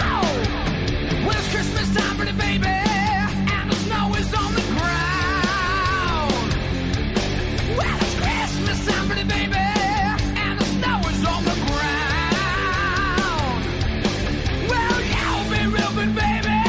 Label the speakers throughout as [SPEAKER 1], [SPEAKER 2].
[SPEAKER 1] Well, it's Christmas time, pretty baby, and the snow is on the ground. Well, it's Christmas time, pretty baby, and the snow is on the ground. Well, yeah, I'll be real good, baby.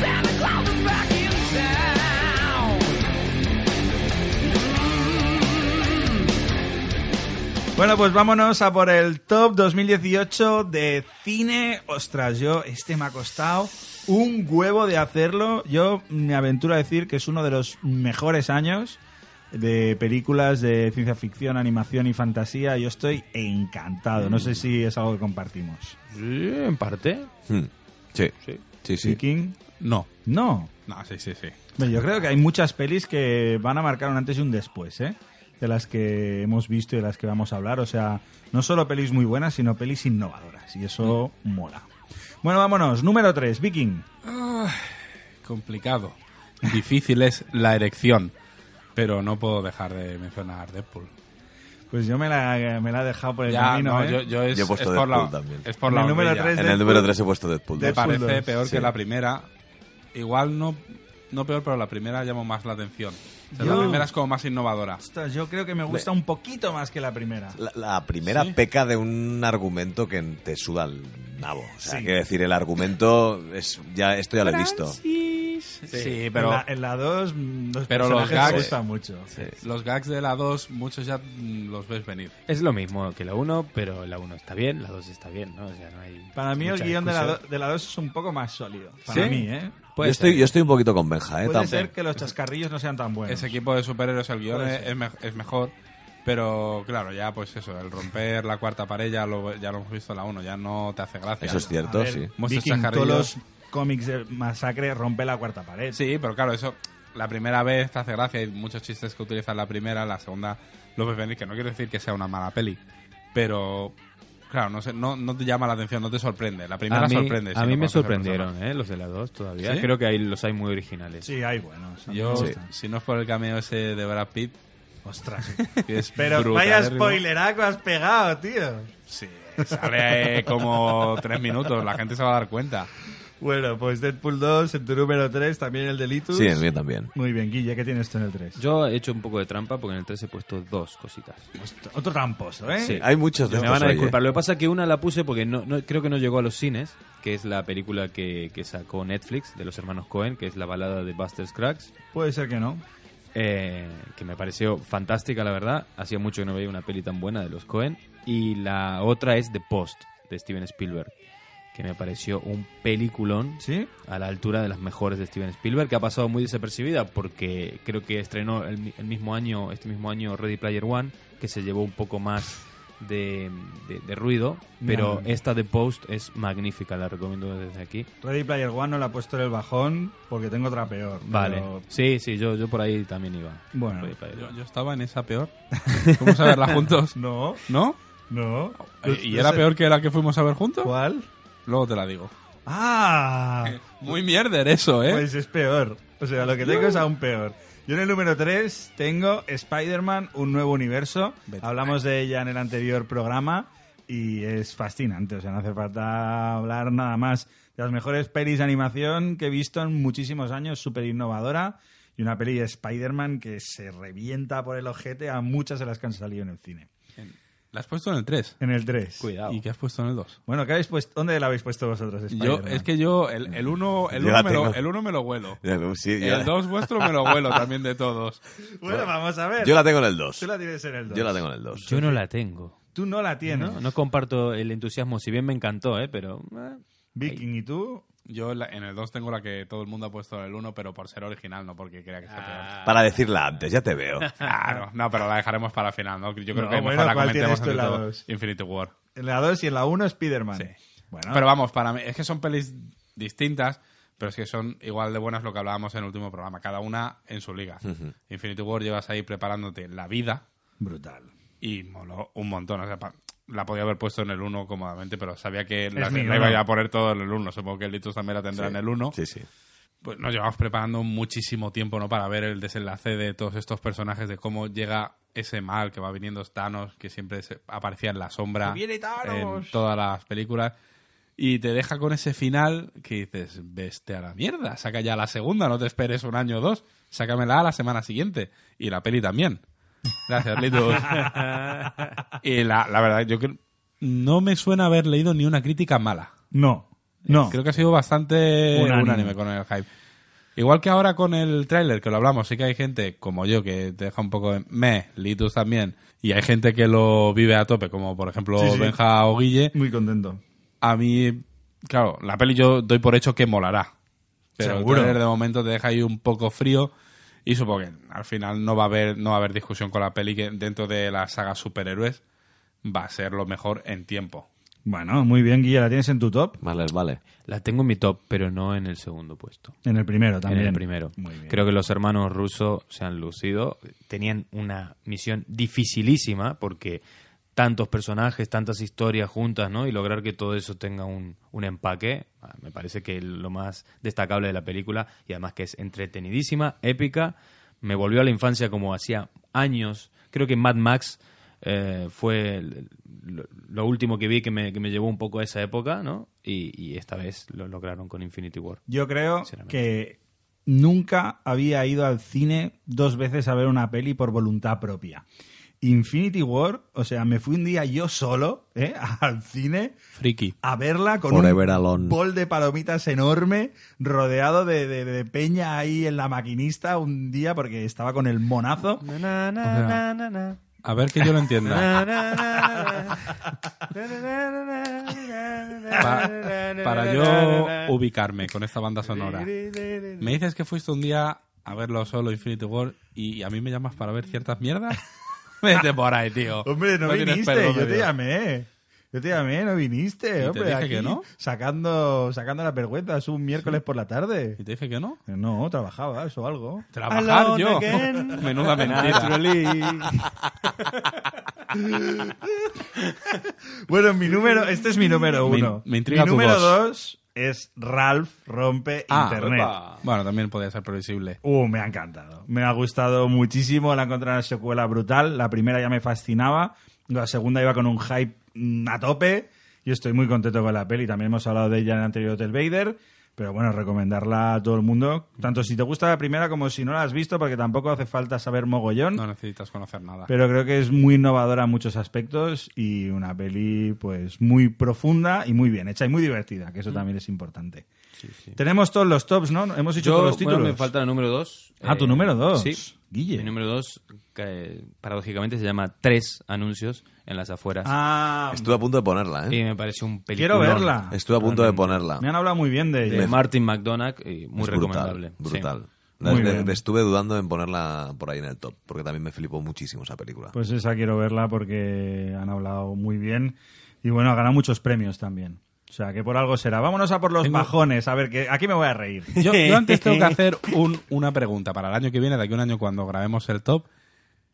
[SPEAKER 1] Santa Claus is back in town.
[SPEAKER 2] Bueno, pues vámonos a por el top 2018 de cine. Ostras, yo, este me ha costado un huevo de hacerlo. Yo me aventuro a decir que es uno de los mejores años de películas de ciencia ficción, animación y fantasía. Yo estoy encantado. No sé si es algo que compartimos.
[SPEAKER 3] Sí, en parte.
[SPEAKER 4] Hmm. Sí.
[SPEAKER 3] Sí.
[SPEAKER 4] Sí, sí.
[SPEAKER 2] ¿Viking?
[SPEAKER 5] No.
[SPEAKER 2] No.
[SPEAKER 5] No, sí, sí, sí.
[SPEAKER 2] Yo creo que hay muchas pelis que van a marcar un antes y un después, ¿eh? De las que hemos visto y de las que vamos a hablar. O sea, no solo pelis muy buenas, sino pelis innovadoras. Y eso
[SPEAKER 5] Mm.
[SPEAKER 2] mola. Bueno, vámonos. Número 3, Viking.
[SPEAKER 5] Complicado. Difícil es la erección. Pero no puedo dejar de mencionar Deadpool.
[SPEAKER 2] Pues yo me la, me la he dejado por el camino,
[SPEAKER 5] no,
[SPEAKER 2] ¿eh?
[SPEAKER 5] yo, yo es,
[SPEAKER 4] Yo he puesto
[SPEAKER 5] es por la,
[SPEAKER 4] Deadpool también.
[SPEAKER 5] es por
[SPEAKER 2] En
[SPEAKER 5] la
[SPEAKER 2] el número
[SPEAKER 5] hornilla.
[SPEAKER 2] tres
[SPEAKER 4] En
[SPEAKER 2] Deadpool.
[SPEAKER 4] el número 3 he puesto Deadpool.
[SPEAKER 5] Te
[SPEAKER 4] dos.
[SPEAKER 2] Deadpool
[SPEAKER 5] parece
[SPEAKER 2] dos,
[SPEAKER 5] peor
[SPEAKER 4] sí.
[SPEAKER 5] que la primera. Igual no, no peor, pero la primera llamó más la atención. O sea,
[SPEAKER 2] Yo-
[SPEAKER 5] La primera es como más innovadora.
[SPEAKER 2] Ostras, yo creo que me gusta un poquito más que la primera.
[SPEAKER 4] La, la primera peca de un argumento que te suda el nabo. O sea, quiero decir, el argumento es ya esto ya lo he visto.
[SPEAKER 5] Sí, pero
[SPEAKER 2] En la- En la 2, los
[SPEAKER 5] Pero los
[SPEAKER 2] personajes me
[SPEAKER 5] gags-
[SPEAKER 2] gustan mucho.
[SPEAKER 5] los gags de la 2 muchos ya mm, los ves venir.
[SPEAKER 3] Es lo mismo que la 1, pero la 1 está bien, la 2 está bien, ¿no? O sea, no hay
[SPEAKER 2] Para mí
[SPEAKER 3] mucha
[SPEAKER 2] el guión de la,
[SPEAKER 3] discusión.
[SPEAKER 2] do- de la 2 es un poco más sólido. Para
[SPEAKER 5] ¿Sí?
[SPEAKER 2] mí, ¿eh?
[SPEAKER 3] Puede
[SPEAKER 4] yo, estoy,
[SPEAKER 3] ser.
[SPEAKER 4] yo estoy un poquito con Benja, ¿eh?
[SPEAKER 2] Puede
[SPEAKER 4] Tam-
[SPEAKER 2] ser que los chascarrillos no sean tan buenos.
[SPEAKER 5] Ese equipo de superhéroes, el guión
[SPEAKER 2] Puede
[SPEAKER 5] es,
[SPEAKER 2] ser.
[SPEAKER 5] es me- es mejor. Pero claro, ya pues eso, el romper la cuarta pared ya lo, ya lo hemos visto en la 1, ya no te hace gracia.
[SPEAKER 4] Eso es
[SPEAKER 2] A
[SPEAKER 4] cierto,
[SPEAKER 2] ver,
[SPEAKER 4] sí.
[SPEAKER 5] Muchos
[SPEAKER 2] Viking, todos
[SPEAKER 5] chascarrillos.
[SPEAKER 2] los cómics de masacre rompe la cuarta pared.
[SPEAKER 5] Sí, pero claro, eso la primera vez te hace gracia. Hay muchos chistes que utilizan la primera, la segunda los ves venir, que no quiere decir que sea una mala peli. Pero claro, no, sé, no, no te llama la atención, no te sorprende. La primera
[SPEAKER 3] a mí,
[SPEAKER 5] sorprende. si
[SPEAKER 3] a
[SPEAKER 5] no
[SPEAKER 3] mí me
[SPEAKER 5] conoces el
[SPEAKER 3] sorprendieron, ¿eh? Los de la 2 todavía.
[SPEAKER 5] ¿Sí?
[SPEAKER 3] Creo que hay, los hay muy originales.
[SPEAKER 2] Sí, hay buenos. a mí
[SPEAKER 5] Yo,
[SPEAKER 2] me gustan.
[SPEAKER 5] si no es por el cameo ese de Brad Pitt,
[SPEAKER 2] Ostras.
[SPEAKER 5] que es
[SPEAKER 2] Pero vaya
[SPEAKER 5] brutalérrimo,
[SPEAKER 2] spoileraco has pegado, tío.
[SPEAKER 5] Sí, sale eh, como tres minutos, la gente se va a dar cuenta.
[SPEAKER 2] Bueno, pues Deadpool 2, en tu número 3, también el Delitus.
[SPEAKER 4] Sí, el mío también.
[SPEAKER 2] Muy bien, Guille, ¿qué tienes tú en el 3?
[SPEAKER 3] Yo he hecho un poco de trampa porque en el 3 he puesto dos cositas.
[SPEAKER 2] Otro tramposo, ¿eh?
[SPEAKER 3] Sí.
[SPEAKER 4] Hay muchos de
[SPEAKER 3] Me
[SPEAKER 4] estos
[SPEAKER 3] van a
[SPEAKER 4] hoy, ¿eh?
[SPEAKER 3] disculpar. Lo que pasa es que una la puse porque no, no- creo que no llegó a los cines, que es la película que, que sacó Netflix de los hermanos Cohen, que es la balada de Buster Scruggs,
[SPEAKER 2] Puede ser que no.
[SPEAKER 3] eh, que me pareció fantástica, la verdad. Hacía mucho que no veía una peli tan buena de los Cohen. Y la otra es The Post, de Steven Spielberg, que me pareció un peliculón
[SPEAKER 2] ¿Sí?
[SPEAKER 3] a la altura de las mejores de Steven Spielberg, que ha pasado muy desapercibida porque creo que estrenó el, mi- el mismo año, este mismo año Ready Player One, que se llevó un poco más de, de- de ruido, pero
[SPEAKER 2] Mm.
[SPEAKER 3] esta de Post es magnífica, la recomiendo desde aquí.
[SPEAKER 2] Ready Player One no la he puesto en el bajón porque tengo otra peor.
[SPEAKER 3] Vale.
[SPEAKER 2] pero-
[SPEAKER 3] Sí, sí, yo, yo por ahí también iba.
[SPEAKER 2] Bueno,
[SPEAKER 3] Ready Player
[SPEAKER 5] Yo,
[SPEAKER 3] One.
[SPEAKER 5] yo estaba en esa peor. Fuimos a verla juntos,
[SPEAKER 2] No,
[SPEAKER 5] ¿no?
[SPEAKER 2] Pues no.
[SPEAKER 5] ¿Y era peor que la que fuimos a ver juntos?
[SPEAKER 2] ¿Cuál?
[SPEAKER 5] Luego te la digo.
[SPEAKER 2] ¡Ah!
[SPEAKER 5] Muy mierder eso, ¿eh?
[SPEAKER 2] Pues es peor. O sea, lo que tengo es aún peor. Yo en el número 3 tengo Spider-Man, un nuevo universo.
[SPEAKER 5] Vete.
[SPEAKER 2] Hablamos de ella en el anterior programa y es fascinante. O sea, no hace falta hablar nada más. De las mejores pelis de animación que he visto en muchísimos años, súper innovadora. Y una peli de Spider-Man que se revienta por el ojete a muchas de las que han salido en el cine.
[SPEAKER 5] la has puesto en el 3.
[SPEAKER 2] En el 3.
[SPEAKER 3] Cuidado.
[SPEAKER 5] ¿Y qué has puesto en el 2?
[SPEAKER 2] Bueno, ¿qué habéis puesto? ¿dónde la habéis puesto vosotros,
[SPEAKER 5] Yo,
[SPEAKER 2] Spider-Man?
[SPEAKER 5] es que yo, el, el uno, el
[SPEAKER 4] Yo
[SPEAKER 5] uno
[SPEAKER 4] la
[SPEAKER 5] me lo,
[SPEAKER 4] tengo.
[SPEAKER 5] el uno me lo vuelo.
[SPEAKER 4] eh. Ya, no, sí, yo,
[SPEAKER 5] El 2 vuestro me lo vuelo también de todos.
[SPEAKER 2] Bueno, vamos a ver.
[SPEAKER 4] yo la tengo en el 2.
[SPEAKER 2] Tú la tienes en el 2.
[SPEAKER 4] Yo la tengo en el 2.
[SPEAKER 3] Yo no la tengo.
[SPEAKER 2] Tú no la tienes.
[SPEAKER 3] No, no comparto el entusiasmo, si bien me encantó, ¿eh? pero... eh,
[SPEAKER 2] Viking, ¿y tú?
[SPEAKER 5] Yo en la- en el 2 tengo la que todo el mundo ha puesto en el 1, pero por ser original, no porque crea que esté
[SPEAKER 2] Ah.
[SPEAKER 5] peor.
[SPEAKER 4] Para decirla antes, ya te veo.
[SPEAKER 5] Claro, no, pero la dejaremos para el final, ¿no? Yo creo
[SPEAKER 2] No,
[SPEAKER 5] que mejor
[SPEAKER 2] bueno,
[SPEAKER 5] la
[SPEAKER 2] ¿cuál tienes
[SPEAKER 5] comentemos
[SPEAKER 2] tú
[SPEAKER 5] entre
[SPEAKER 2] en la
[SPEAKER 5] todos.
[SPEAKER 2] dos?
[SPEAKER 5] Infinity War.
[SPEAKER 2] En la 2 y en la 1 Spider-Man.
[SPEAKER 5] Sí.
[SPEAKER 2] Bueno,
[SPEAKER 5] Pero vamos, para mí, es que son pelis distintas, Pero es que son igual de buenas lo que hablábamos en el último programa, cada una en su liga. Infinity War llevas ahí preparándote la vida
[SPEAKER 2] Brutal.
[SPEAKER 5] y moló un montón. O sea, pa- la podía haber puesto en el 1 cómodamente, pero sabía que la,
[SPEAKER 2] mi
[SPEAKER 5] la iba
[SPEAKER 2] uno.
[SPEAKER 5] a poner todo en el 1. Supongo que el Litos también la tendrá en el 1
[SPEAKER 4] Sí, sí.
[SPEAKER 5] pues nos llevamos preparando muchísimo tiempo no para ver el desenlace de todos estos personajes de cómo llega ese mal que va viniendo Thanos que siempre se- aparecía en la sombra
[SPEAKER 2] ¡Que viene Thanos!
[SPEAKER 5] en todas las películas y te deja con ese final que dices veste a la mierda saca ya la segunda no te esperes un año o dos sácamela a la semana siguiente y la peli también gracias Litus y la, la verdad yo creo no me suena haber leído ni una crítica mala
[SPEAKER 2] No,
[SPEAKER 3] Eh,
[SPEAKER 2] no.
[SPEAKER 5] Eh, Creo que ha sido bastante
[SPEAKER 2] Unánime.
[SPEAKER 5] unánime, con el hype. Igual que ahora con el tráiler, que lo hablamos, sí que hay gente como yo que te deja un poco en me, Litus también, y hay gente que lo vive a tope, como por ejemplo
[SPEAKER 2] Sí, sí.
[SPEAKER 5] Benja o Guille.
[SPEAKER 2] Muy contento.
[SPEAKER 5] A mí, claro, la peli yo doy por hecho que molará. Pero
[SPEAKER 2] Seguro.
[SPEAKER 5] el tráiler de momento te deja ahí un poco frío y supongo que al final no va a haber, no va a haber discusión con la peli que dentro de la saga superhéroes va a ser lo mejor en tiempo.
[SPEAKER 2] Bueno, muy bien, Guille. ¿La tienes en tu top?
[SPEAKER 4] Más les vale.
[SPEAKER 3] La tengo en mi top, pero no en el segundo puesto.
[SPEAKER 2] En el primero también.
[SPEAKER 3] En el primero.
[SPEAKER 2] Muy bien.
[SPEAKER 3] Creo que los hermanos rusos se han lucido. Tenían una misión dificilísima porque tantos personajes, tantas historias juntas, ¿no? Y lograr que todo eso tenga un, un empaque, ah, me parece que lo más destacable de la película y además que es entretenidísima, épica, me volvió a la infancia como hacía años. Creo que Mad Max eh, fue el- lo, lo último que vi que me, que me llevó un poco a esa época, ¿no? Y, y esta vez lo lograron con Infinity War.
[SPEAKER 2] Yo creo
[SPEAKER 3] Sinceramente.
[SPEAKER 2] que nunca había ido al cine dos veces a ver una peli por voluntad propia. Infinity War, o sea, me fui un día yo solo ¿eh? al cine
[SPEAKER 5] Friki.
[SPEAKER 2] a verla con
[SPEAKER 4] Forever
[SPEAKER 2] un
[SPEAKER 4] alone.
[SPEAKER 2] bol de palomitas enorme, rodeado de, de- de peña ahí en la maquinista un día porque estaba con el monazo.
[SPEAKER 5] A ver que yo lo entienda. Pa- para yo ubicarme con esta banda sonora. Me dices que fuiste un día a verlo solo Infinity War y a mí me llamas para ver ciertas mierdas. Vete por ahí, tío.
[SPEAKER 2] Hombre, no,
[SPEAKER 5] tienes
[SPEAKER 2] viniste,
[SPEAKER 5] perdón de
[SPEAKER 2] yo te
[SPEAKER 5] Dios.
[SPEAKER 2] llamé. Yo te llamé, no viniste,
[SPEAKER 5] te
[SPEAKER 2] hombre.
[SPEAKER 5] dije
[SPEAKER 2] aquí
[SPEAKER 5] que no?
[SPEAKER 2] Sacando, sacando las vergüenzas un miércoles por la tarde.
[SPEAKER 5] Y te dije que no.
[SPEAKER 2] No, trabajabas o algo.
[SPEAKER 5] Trabajar
[SPEAKER 3] Alone
[SPEAKER 5] yo.
[SPEAKER 3] again.
[SPEAKER 5] Menuda mentira.
[SPEAKER 2] Bueno, mi número, este es mi número
[SPEAKER 5] Me-
[SPEAKER 2] uno.
[SPEAKER 5] me intriga
[SPEAKER 2] mi
[SPEAKER 5] tu
[SPEAKER 2] número
[SPEAKER 5] voz.
[SPEAKER 2] dos es Ralph rompe
[SPEAKER 5] Ah,
[SPEAKER 2] internet.
[SPEAKER 5] opa. Bueno, también podía ser previsible.
[SPEAKER 2] Uh, me ha encantado. Me ha gustado muchísimo. La he encontrado una secuela brutal. La primera ya me fascinaba. La segunda iba con un hype mm, a tope. Yo estoy muy contento con la peli. También hemos hablado de ella en el anterior Hotel Vader. Pero bueno, recomendarla a todo el mundo. Tanto si te gusta la primera como si no la has visto, porque tampoco hace falta saber mogollón.
[SPEAKER 5] No necesitas conocer nada.
[SPEAKER 2] Pero creo que es muy innovadora en muchos aspectos y una peli pues muy profunda y muy bien hecha y muy divertida, que
[SPEAKER 3] Mm.
[SPEAKER 2] eso también es importante. Tenemos todos los tops, ¿no? Hemos hecho
[SPEAKER 3] Yo,
[SPEAKER 2] todos los
[SPEAKER 3] bueno,
[SPEAKER 2] títulos.
[SPEAKER 3] me falta el número 2.
[SPEAKER 2] Ah, tu número dos.
[SPEAKER 3] Sí.
[SPEAKER 2] Guille.
[SPEAKER 3] Mi número 2, que paradójicamente se llama Tres anuncios en las afueras.
[SPEAKER 2] Ah,
[SPEAKER 4] Estuve a punto de ponerla,
[SPEAKER 3] Y
[SPEAKER 4] ¿eh?
[SPEAKER 3] me parece un película.
[SPEAKER 2] quiero verla.
[SPEAKER 4] Estuve a punto de ponerla.
[SPEAKER 2] Me han hablado muy bien de
[SPEAKER 3] De
[SPEAKER 2] ella.
[SPEAKER 3] Martin McDonagh, y muy
[SPEAKER 4] es
[SPEAKER 3] recomendable.
[SPEAKER 4] brutal, brutal.
[SPEAKER 3] Sí.
[SPEAKER 4] La-
[SPEAKER 2] Muy
[SPEAKER 4] le-
[SPEAKER 2] bien.
[SPEAKER 4] le estuve dudando en ponerla por ahí en el top, porque también me flipó muchísimo esa película.
[SPEAKER 2] Pues esa quiero verla porque han hablado muy bien y bueno, ha ganado muchos premios también. O sea, que por algo será. Vámonos a por los majones, a ver, que aquí me voy a reír.
[SPEAKER 5] Yo, yo antes tengo que hacer un- una pregunta para el año que viene, de aquí a un año cuando grabemos el top.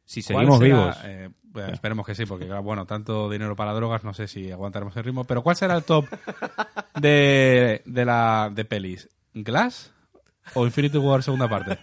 [SPEAKER 3] Si
[SPEAKER 5] ¿Cuál
[SPEAKER 3] seguimos
[SPEAKER 5] será,
[SPEAKER 3] vivos.
[SPEAKER 5] eh, bueno, esperemos que sí, porque claro, bueno, tanto dinero para drogas, no sé si aguantaremos el ritmo. Pero ¿cuál será el top de, de la de pelis? ¿Glass o Infinity War segunda parte?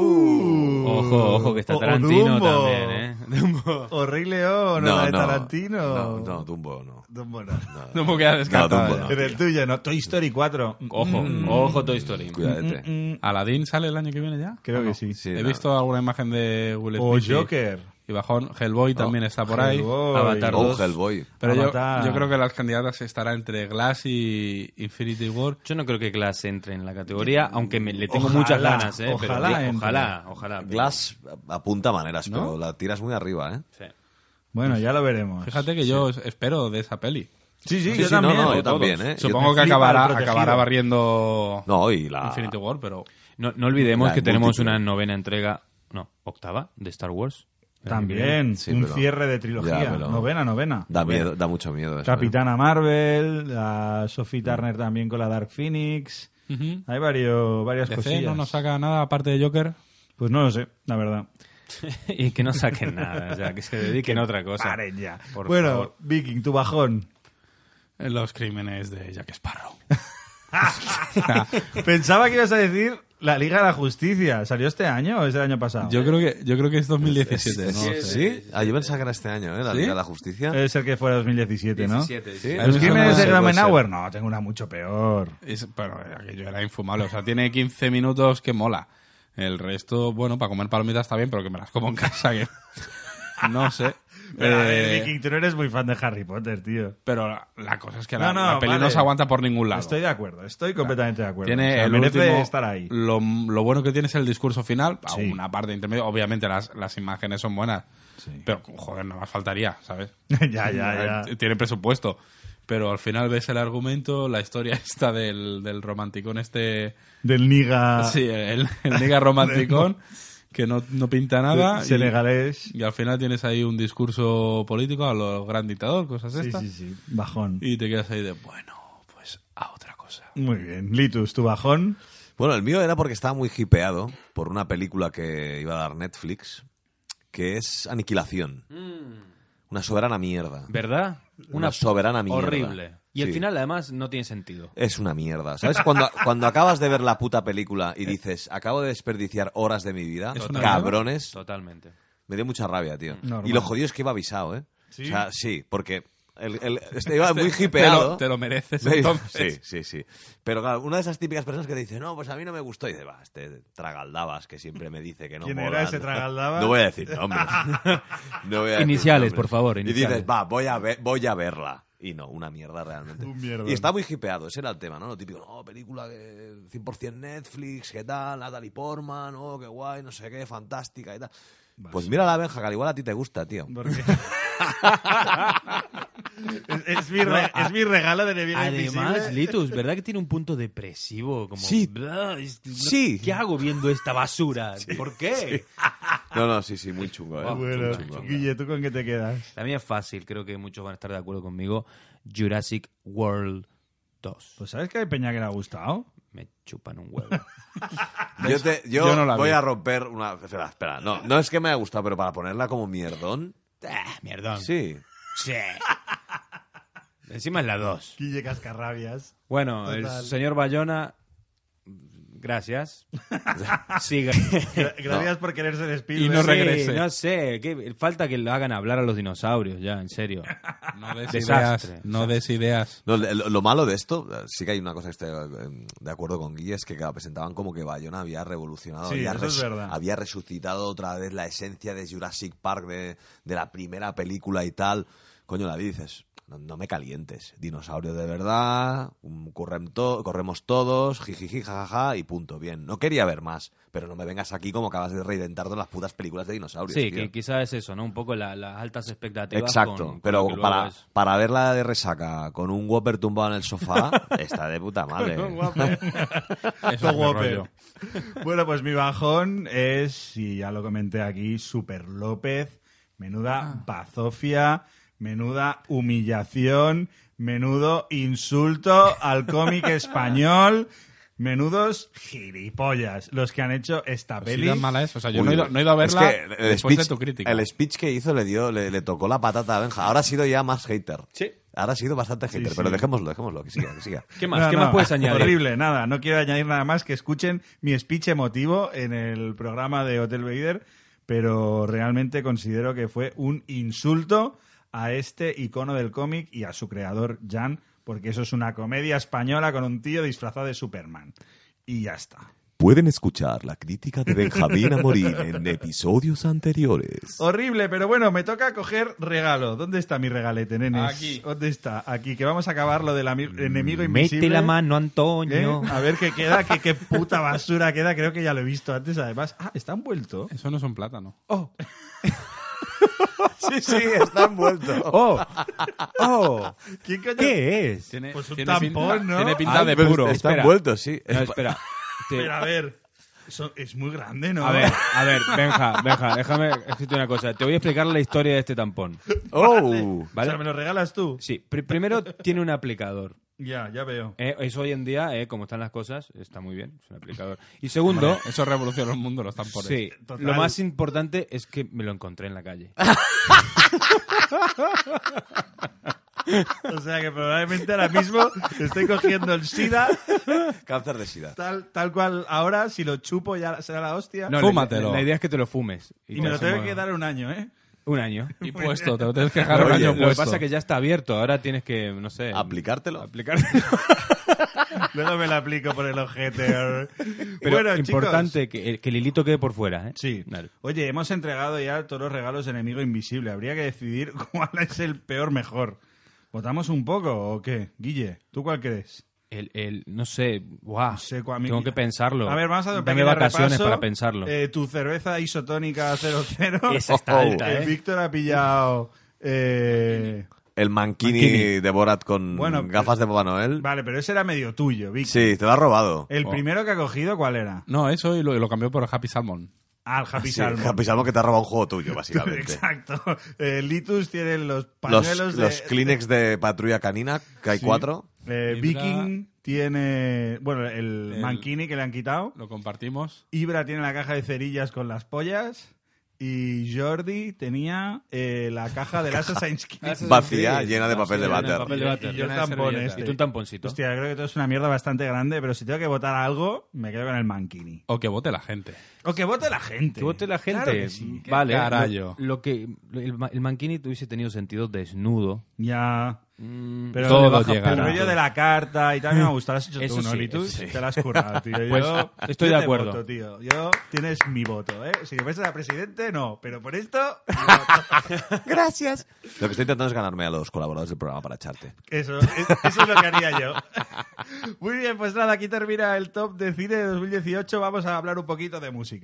[SPEAKER 3] Ojo, ojo, que
[SPEAKER 2] O-
[SPEAKER 3] está
[SPEAKER 2] o
[SPEAKER 3] Tarantino
[SPEAKER 2] Dumbo.
[SPEAKER 3] también, ¿eh?
[SPEAKER 2] O Rey León, o la de Tarantino.
[SPEAKER 4] No, no, Dumbo no.
[SPEAKER 2] Dumbo no.
[SPEAKER 5] No me queda descartado. eh.
[SPEAKER 4] Dumbo no. Oh,
[SPEAKER 2] En el tuyo, no. Toy Story 4.
[SPEAKER 3] Ojo, ojo Toy Story.
[SPEAKER 4] Cuidadete.
[SPEAKER 3] mm,
[SPEAKER 5] ¿Aladdin sale el año que viene ya?
[SPEAKER 2] Mm, Creo que sí.
[SPEAKER 4] Sí,
[SPEAKER 5] He
[SPEAKER 4] no.
[SPEAKER 5] visto alguna imagen de Will
[SPEAKER 2] O
[SPEAKER 5] Smith y-
[SPEAKER 2] Joker.
[SPEAKER 5] Y bajón. Hellboy también está por ahí.
[SPEAKER 2] Hellboy.
[SPEAKER 3] Avatar
[SPEAKER 4] Oh,
[SPEAKER 3] 2.
[SPEAKER 4] Hellboy.
[SPEAKER 5] Pero yo,
[SPEAKER 2] Avatar.
[SPEAKER 5] yo creo que las candidatas estará entre Glass y Infinity War.
[SPEAKER 3] Yo no creo que Glass entre en la categoría, aunque me- le tengo
[SPEAKER 2] Ojalá,
[SPEAKER 3] muchas ganas, ¿eh?
[SPEAKER 2] ojalá
[SPEAKER 3] Pero,
[SPEAKER 2] entre.
[SPEAKER 3] ojalá, ojalá. pero-
[SPEAKER 4] Glass apunta maneras, pero la tiras muy arriba, ¿eh?
[SPEAKER 3] Sí.
[SPEAKER 2] Bueno, ya lo veremos.
[SPEAKER 5] Fíjate que yo espero de esa peli.
[SPEAKER 2] Sí, sí,
[SPEAKER 4] Sí,
[SPEAKER 2] yo
[SPEAKER 4] sí, no,
[SPEAKER 2] también.
[SPEAKER 4] no, yo
[SPEAKER 2] Todos.
[SPEAKER 4] también, ¿eh? Yo
[SPEAKER 5] Supongo que
[SPEAKER 2] Flipa
[SPEAKER 5] acabará,
[SPEAKER 2] el protegido.
[SPEAKER 5] acabará barriendo
[SPEAKER 4] No, y la...
[SPEAKER 5] Infinity War, pero
[SPEAKER 3] No, no olvidemos
[SPEAKER 4] La
[SPEAKER 3] que tenemos
[SPEAKER 4] múltiple.
[SPEAKER 3] una novena entrega, no, octava de Star Wars.
[SPEAKER 2] También.
[SPEAKER 4] Sí,
[SPEAKER 2] un
[SPEAKER 4] pero-
[SPEAKER 2] cierre de trilogía.
[SPEAKER 4] Ya, pero-
[SPEAKER 2] Novena, novena.
[SPEAKER 4] Da, miedo, da mucho miedo eso, ¿eh?
[SPEAKER 2] Capitana Marvel, la Sophie Turner también con la Dark Phoenix. Hay varios, varias
[SPEAKER 5] DC
[SPEAKER 2] cosillas.
[SPEAKER 5] no nos saca nada aparte de Joker.
[SPEAKER 2] Pues no lo sé, la verdad.
[SPEAKER 3] y que no saquen nada, o sea, que se dediquen a otra cosa.
[SPEAKER 2] Paren ya.
[SPEAKER 3] Por
[SPEAKER 2] bueno,
[SPEAKER 3] favor.
[SPEAKER 2] Viking, tu bajón.
[SPEAKER 5] Eh, Los crímenes de Jack Sparrow.
[SPEAKER 2] Pensaba que ibas a decir la Liga de la Justicia. ¿Salió este año o es el año pasado?
[SPEAKER 5] Yo creo que, yo creo que es 2017,
[SPEAKER 4] Es-
[SPEAKER 5] no lo
[SPEAKER 4] es-
[SPEAKER 5] sé.
[SPEAKER 4] ¿Sí? Ah, yo pensaba que era este año, ¿eh? La Liga de la Justicia.
[SPEAKER 2] Debe ser que fuera 2017, ¿no?
[SPEAKER 4] ¿Sí?
[SPEAKER 5] Los
[SPEAKER 2] ¿Los crímenes
[SPEAKER 4] Puede ser,
[SPEAKER 2] de
[SPEAKER 4] puede
[SPEAKER 2] Gramenauer? No, tengo una mucho peor.
[SPEAKER 5] Es- pero aquello era infumable. O sea, tiene 15 minutos que mola. El resto, bueno, para comer palomitas está bien, pero que me las como en casa. que- No sé.
[SPEAKER 2] Pero, a ver,
[SPEAKER 5] Eh,
[SPEAKER 2] Viking, tú no eres muy fan de Harry Potter, tío.
[SPEAKER 5] pero la, la cosa es que
[SPEAKER 2] No,
[SPEAKER 5] la,
[SPEAKER 2] no,
[SPEAKER 5] la peli
[SPEAKER 2] vale.
[SPEAKER 5] no se aguanta por ningún lado.
[SPEAKER 2] Estoy de acuerdo, estoy completamente de acuerdo.
[SPEAKER 5] Tiene
[SPEAKER 2] O sea,
[SPEAKER 5] el
[SPEAKER 2] merece
[SPEAKER 5] último-
[SPEAKER 2] estar ahí.
[SPEAKER 5] Lo, lo bueno que tiene es el discurso final, a
[SPEAKER 2] Sí.
[SPEAKER 5] una parte intermedia. Obviamente las, las imágenes son buenas, pero joder, nada más faltaría, ¿sabes?
[SPEAKER 2] ya, ya, ya.
[SPEAKER 5] Tiene presupuesto. Pero al final ves el argumento, la historia esta del, del romanticón este...
[SPEAKER 2] Del Niga
[SPEAKER 5] Sí, el, el nigga romanticón, que no, no pinta nada. y-
[SPEAKER 2] senegalés.
[SPEAKER 5] Y, al final tienes ahí un discurso político a lo gran dictador, cosas
[SPEAKER 2] Sí,
[SPEAKER 5] estas.
[SPEAKER 2] sí, sí. Bajón.
[SPEAKER 5] Y te quedas ahí de, bueno, pues a otra cosa.
[SPEAKER 2] Muy bien. Litus, tu bajón.
[SPEAKER 4] Bueno, el mío era porque estaba muy hipeado por una película que iba a dar Netflix, que es Aniquilación.
[SPEAKER 3] Mm.
[SPEAKER 4] Una soberana mierda.
[SPEAKER 3] ¿Verdad?
[SPEAKER 4] Una soberana mierda.
[SPEAKER 3] Horrible. Y el
[SPEAKER 4] Sí.
[SPEAKER 3] final, además, no tiene sentido.
[SPEAKER 4] Es una mierda. ¿Sabes? Cuando, cuando acabas de ver la puta película y dices, acabo de desperdiciar horas de mi vida,
[SPEAKER 5] ¿Es una
[SPEAKER 4] cabrones,
[SPEAKER 3] Totalmente.
[SPEAKER 4] me dio mucha rabia, tío.
[SPEAKER 2] Normal.
[SPEAKER 4] Y lo jodido es que iba avisado, ¿eh?
[SPEAKER 2] ¿Sí?
[SPEAKER 4] O sea, sí, porque el- el- este iba muy
[SPEAKER 5] Te
[SPEAKER 4] hipeado.
[SPEAKER 5] lo, te lo mereces
[SPEAKER 4] Me-
[SPEAKER 5] entonces.
[SPEAKER 4] Sí, sí, sí. Pero claro, una de esas típicas personas que te dice, no, pues a mí no me gustó. Y dice, va, este tragaldabas que siempre me dice que no
[SPEAKER 2] ¿Quién era
[SPEAKER 4] molan".
[SPEAKER 2] ese tragaldabas?
[SPEAKER 4] No voy a decir nombres. No voy a decir
[SPEAKER 3] Iniciales,
[SPEAKER 4] nombres.
[SPEAKER 3] por favor,
[SPEAKER 4] Y
[SPEAKER 3] iniciales.
[SPEAKER 4] dices, va, voy a, ver- voy a verla. Y no, una mierda realmente.
[SPEAKER 2] Un mierda.
[SPEAKER 4] Y está muy hipeado, ese era el tema, ¿no? Lo típico, no, película que 100% Netflix, ¿qué tal? Natalie Portman, oh, qué guay, no sé qué, fantástica y tal. Pues mira la Benja, que al igual a ti te gusta, tío.
[SPEAKER 2] Porque- es, es mi re- es mi regalo de Neville
[SPEAKER 3] Además, Litus, ¿verdad que tiene un punto depresivo? Como,
[SPEAKER 4] Sí.
[SPEAKER 3] "Bla, es-
[SPEAKER 4] Sí.
[SPEAKER 3] ¿Qué hago viendo esta basura? ¿Por qué?
[SPEAKER 4] No, no, sí, sí, muy chungo, ¿eh?
[SPEAKER 2] Ah, Bueno,
[SPEAKER 4] Muy chungo.
[SPEAKER 2] Guille, ¿tú con qué te quedas?
[SPEAKER 3] La mía es fácil, creo que muchos van a estar de acuerdo conmigo. Jurassic World 2.
[SPEAKER 2] Pues sabes que hay peña que le ha gustado.
[SPEAKER 3] Me chupan un huevo.
[SPEAKER 4] Yo, te- yo
[SPEAKER 5] Yo no la
[SPEAKER 4] voy
[SPEAKER 5] vi.
[SPEAKER 4] a romper una. Espera, espera. No, no es que me haya gustado, pero para ponerla como mierdón.
[SPEAKER 3] ah, mierdón.
[SPEAKER 4] Sí.
[SPEAKER 3] Sí. Encima es la 2.
[SPEAKER 2] Guille Cascarrabias.
[SPEAKER 3] Bueno,
[SPEAKER 2] Total.
[SPEAKER 3] el señor Bayona, gracias. Siga.
[SPEAKER 2] Gra- Gracias por querer ser Spielberg.
[SPEAKER 5] Y no
[SPEAKER 3] Sí,
[SPEAKER 5] regrese.
[SPEAKER 3] No sé, que- falta que lo hagan hablar a los dinosaurios ya, en serio.
[SPEAKER 5] No des
[SPEAKER 3] Desastre.
[SPEAKER 5] ideas. No des ideas.
[SPEAKER 4] No, lo, lo malo de esto, eh, sí que hay una cosa que estoy eh, de acuerdo con Guille, es que claro, presentaban como que Bayona había revolucionado,
[SPEAKER 2] Sí,
[SPEAKER 4] había,
[SPEAKER 2] eso es verdad.
[SPEAKER 4] había resucitado otra vez la esencia de Jurassic Park de, de la primera película y tal. Coño, la dices, no, no me calientes. Dinosaurio de verdad, un correm to- corremos todos, jijiji, jajaja y punto. Bien, no quería ver más, pero no me vengas aquí como acabas de reinventar todas las putas películas de dinosaurios.
[SPEAKER 3] Sí,
[SPEAKER 4] tío.
[SPEAKER 3] que quizás es eso, ¿no? Un poco la- las altas expectativas.
[SPEAKER 4] Exacto,
[SPEAKER 3] con- con
[SPEAKER 4] pero
[SPEAKER 3] lo que luego
[SPEAKER 4] para,
[SPEAKER 3] es.
[SPEAKER 4] para verla de resaca con un Whopper tumbado en el sofá, está de puta madre.
[SPEAKER 5] Eso es mi
[SPEAKER 2] Whopper.
[SPEAKER 5] rollo.
[SPEAKER 2] Bueno, pues mi bajón es, y ya lo comenté aquí, Super López. Menuda bazofia, menuda humillación, menudo insulto al cómic español, menudos gilipollas los que han hecho esta
[SPEAKER 5] Si
[SPEAKER 2] peli.
[SPEAKER 5] tan mala es. O sea, yo
[SPEAKER 4] Uy,
[SPEAKER 5] no he, ido, no he ido a
[SPEAKER 4] es
[SPEAKER 5] verla
[SPEAKER 4] que el
[SPEAKER 5] después
[SPEAKER 4] speech-
[SPEAKER 5] de tu crítica.
[SPEAKER 4] El speech que hizo le dio, le, le tocó la patata a Benja. Ahora ha sido ya más hater.
[SPEAKER 3] Sí.
[SPEAKER 4] Ahora ha sido bastante hater,
[SPEAKER 2] sí.
[SPEAKER 4] pero dejémoslo, dejémoslo, que siga, que siga.
[SPEAKER 3] ¿Qué más?
[SPEAKER 2] No,
[SPEAKER 3] ¿Qué
[SPEAKER 2] no,
[SPEAKER 3] más puedes añadir?
[SPEAKER 2] Horrible, nada. No quiero añadir nada más que escuchen mi speech emotivo en el programa de Hotel Vader, pero realmente considero que fue un insulto a este icono del cómic y a su creador, Jan, porque eso es una comedia española con un tío disfrazado de Superman. Y ya está.
[SPEAKER 6] Pueden escuchar la crítica de Benjamín Amorín en episodios anteriores.
[SPEAKER 2] Horrible, pero bueno, me toca coger regalo. ¿Dónde está mi regalete, nenes?
[SPEAKER 5] Aquí.
[SPEAKER 2] ¿Dónde está? Aquí, que vamos a acabar lo del ami- enemigo invisible.
[SPEAKER 3] Mete la mano,
[SPEAKER 2] ¿Eh?
[SPEAKER 3] Antonio.
[SPEAKER 2] A ver qué queda, qué, qué puta basura queda. Creo que ya lo he visto antes, además. Ah, está envuelto.
[SPEAKER 5] Eso no es un plátano.
[SPEAKER 4] Sí, sí, está envuelto.
[SPEAKER 3] ¡Oh! ¡Oh!
[SPEAKER 2] ¿Quién coño?
[SPEAKER 3] ¿Qué es?
[SPEAKER 5] Tiene,
[SPEAKER 2] Pues un
[SPEAKER 5] tiene
[SPEAKER 2] tampón,
[SPEAKER 5] pinta,
[SPEAKER 2] ¿no?
[SPEAKER 5] Tiene pinta
[SPEAKER 3] Ay,
[SPEAKER 5] de
[SPEAKER 3] pero
[SPEAKER 5] puro.
[SPEAKER 4] Está
[SPEAKER 3] espera.
[SPEAKER 4] envuelto, sí.
[SPEAKER 3] No, espera. Te-
[SPEAKER 2] ¿Ah? Pero a ver, eso es muy grande, ¿no?
[SPEAKER 3] a ver, a ver, Benja, Benja, déjame decirte una cosa. Te voy a explicar la historia de este tampón.
[SPEAKER 4] Oh.
[SPEAKER 2] O sea,
[SPEAKER 3] ¿Vale?
[SPEAKER 2] ¿me lo regalas tú?
[SPEAKER 3] Sí, pri- primero tiene un aplicador.
[SPEAKER 2] Ya, ya veo.
[SPEAKER 3] Eh, eso hoy en día, eh, como están las cosas, está muy bien. Es un aplicador. Y segundo,
[SPEAKER 5] Eso revolucionó el mundo, los tambores.
[SPEAKER 3] sí,
[SPEAKER 2] Total.
[SPEAKER 3] lo más importante es que me lo encontré en la calle.
[SPEAKER 2] O sea que probablemente ahora mismo estoy cogiendo el SIDA
[SPEAKER 4] Cáncer de sida.
[SPEAKER 2] tal, tal cual ahora, si lo chupo ya será la hostia.
[SPEAKER 5] No, Fúmatelo.
[SPEAKER 3] La, la idea es que te lo fumes.
[SPEAKER 2] y me lo
[SPEAKER 3] hace
[SPEAKER 2] tengo
[SPEAKER 3] mono.
[SPEAKER 2] que dar un año, ¿eh?
[SPEAKER 3] Un año.
[SPEAKER 5] Y puesto, te lo tienes que dejar
[SPEAKER 4] Oye,
[SPEAKER 5] un año
[SPEAKER 3] Lo que
[SPEAKER 5] puesto.
[SPEAKER 3] pasa es que ya está abierto, ahora tienes que, no sé,
[SPEAKER 4] ¿Aplicártelo?
[SPEAKER 3] aplicar.
[SPEAKER 2] Luego me lo aplico por el ojete.
[SPEAKER 3] Pero
[SPEAKER 2] bueno, chicos.
[SPEAKER 3] importante que, el- que el hilito quede por fuera, ¿eh?
[SPEAKER 2] Sí.
[SPEAKER 3] Vale.
[SPEAKER 2] Oye, hemos entregado ya todos los regalos de enemigo invisible. Habría que decidir cuál es el peor mejor. ¿Votamos un poco o qué? Guille, ¿tú cuál crees?
[SPEAKER 3] El, el- no sé, guau,
[SPEAKER 2] No sé, cua- a mí-
[SPEAKER 3] tengo que pensarlo.
[SPEAKER 2] A ver, vamos a hacer un
[SPEAKER 3] Dame
[SPEAKER 2] pequeño
[SPEAKER 3] vacaciones
[SPEAKER 2] repaso.
[SPEAKER 3] para pensarlo.
[SPEAKER 2] Eh, tu cerveza isotónica 00.
[SPEAKER 3] Esa está alta,
[SPEAKER 2] El
[SPEAKER 3] ¿eh?
[SPEAKER 2] Víctor ha pillado. eh,
[SPEAKER 4] El manquini,
[SPEAKER 3] Mankini.
[SPEAKER 4] de Borat con
[SPEAKER 2] Bueno, pero-
[SPEAKER 4] gafas de Papá Noel.
[SPEAKER 2] Vale, pero ese era medio tuyo, Víctor.
[SPEAKER 4] Sí, te lo ha robado.
[SPEAKER 3] Oh.
[SPEAKER 2] El primero que ha cogido, ¿cuál era?
[SPEAKER 5] No, eso y lo, y lo cambió por Happy Salmon.
[SPEAKER 2] Ah, el Happy
[SPEAKER 4] Sí,
[SPEAKER 2] Salmon.
[SPEAKER 4] Happy Salmon que te ha robado un juego tuyo, básicamente.
[SPEAKER 2] Exacto. Eh, Litus tiene los pañuelos
[SPEAKER 4] los,
[SPEAKER 2] de.
[SPEAKER 4] los Kleenex de Patrulla Canina, que hay cuatro.
[SPEAKER 2] eh,
[SPEAKER 5] Ibra-
[SPEAKER 2] Viking tiene. Bueno, el,
[SPEAKER 5] El-
[SPEAKER 2] Mankini que le han quitado.
[SPEAKER 5] Lo compartimos.
[SPEAKER 2] Ibra tiene la caja de cerillas con las pollas. Y Jordi tenía eh, la caja del Assassin's Creed.
[SPEAKER 4] Vacía, llena de papel de
[SPEAKER 3] llena de
[SPEAKER 4] váter.
[SPEAKER 3] papel de
[SPEAKER 2] Y-
[SPEAKER 3] váter.
[SPEAKER 2] y yo
[SPEAKER 5] Llena de
[SPEAKER 2] tampones.
[SPEAKER 5] servilletas.
[SPEAKER 3] Y tú un tamponcito.
[SPEAKER 2] este. Hostia, creo que todo es una mierda bastante grande, pero si tengo que votar algo, me quedo con el Mankini.
[SPEAKER 5] O que vote la gente.
[SPEAKER 2] O que vote la gente.
[SPEAKER 3] Que vote la gente.
[SPEAKER 2] Claro que sí.
[SPEAKER 3] Vale.
[SPEAKER 5] Qué carayo.
[SPEAKER 3] Lo, lo que lo- el, ma- el manquini tuviese tenido sentido desnudo.
[SPEAKER 2] Ya.
[SPEAKER 3] Mm,
[SPEAKER 2] Pero
[SPEAKER 5] Todo
[SPEAKER 2] le baja
[SPEAKER 5] llegará.
[SPEAKER 2] por medio de la carta y tal, me ha gustado. Lo has hecho
[SPEAKER 3] Eso
[SPEAKER 2] tú, ¿no,
[SPEAKER 3] sí,
[SPEAKER 2] Litus?
[SPEAKER 3] eso sí.
[SPEAKER 2] Te la has currado, tío. Yo,
[SPEAKER 3] Pues, estoy
[SPEAKER 2] yo
[SPEAKER 3] de
[SPEAKER 2] te
[SPEAKER 3] acuerdo.
[SPEAKER 2] voto, tío. Yo tienes mi voto, ¿eh? Si fuese la presidente, no. Pero por esto,
[SPEAKER 4] Gracias. Lo que estoy intentando es ganarme a los colaboradores del programa para echarte.
[SPEAKER 2] eso, es- eso es lo que haría yo. Muy bien, pues nada, aquí termina el top de cine de 2018. Vamos a hablar un poquito de música.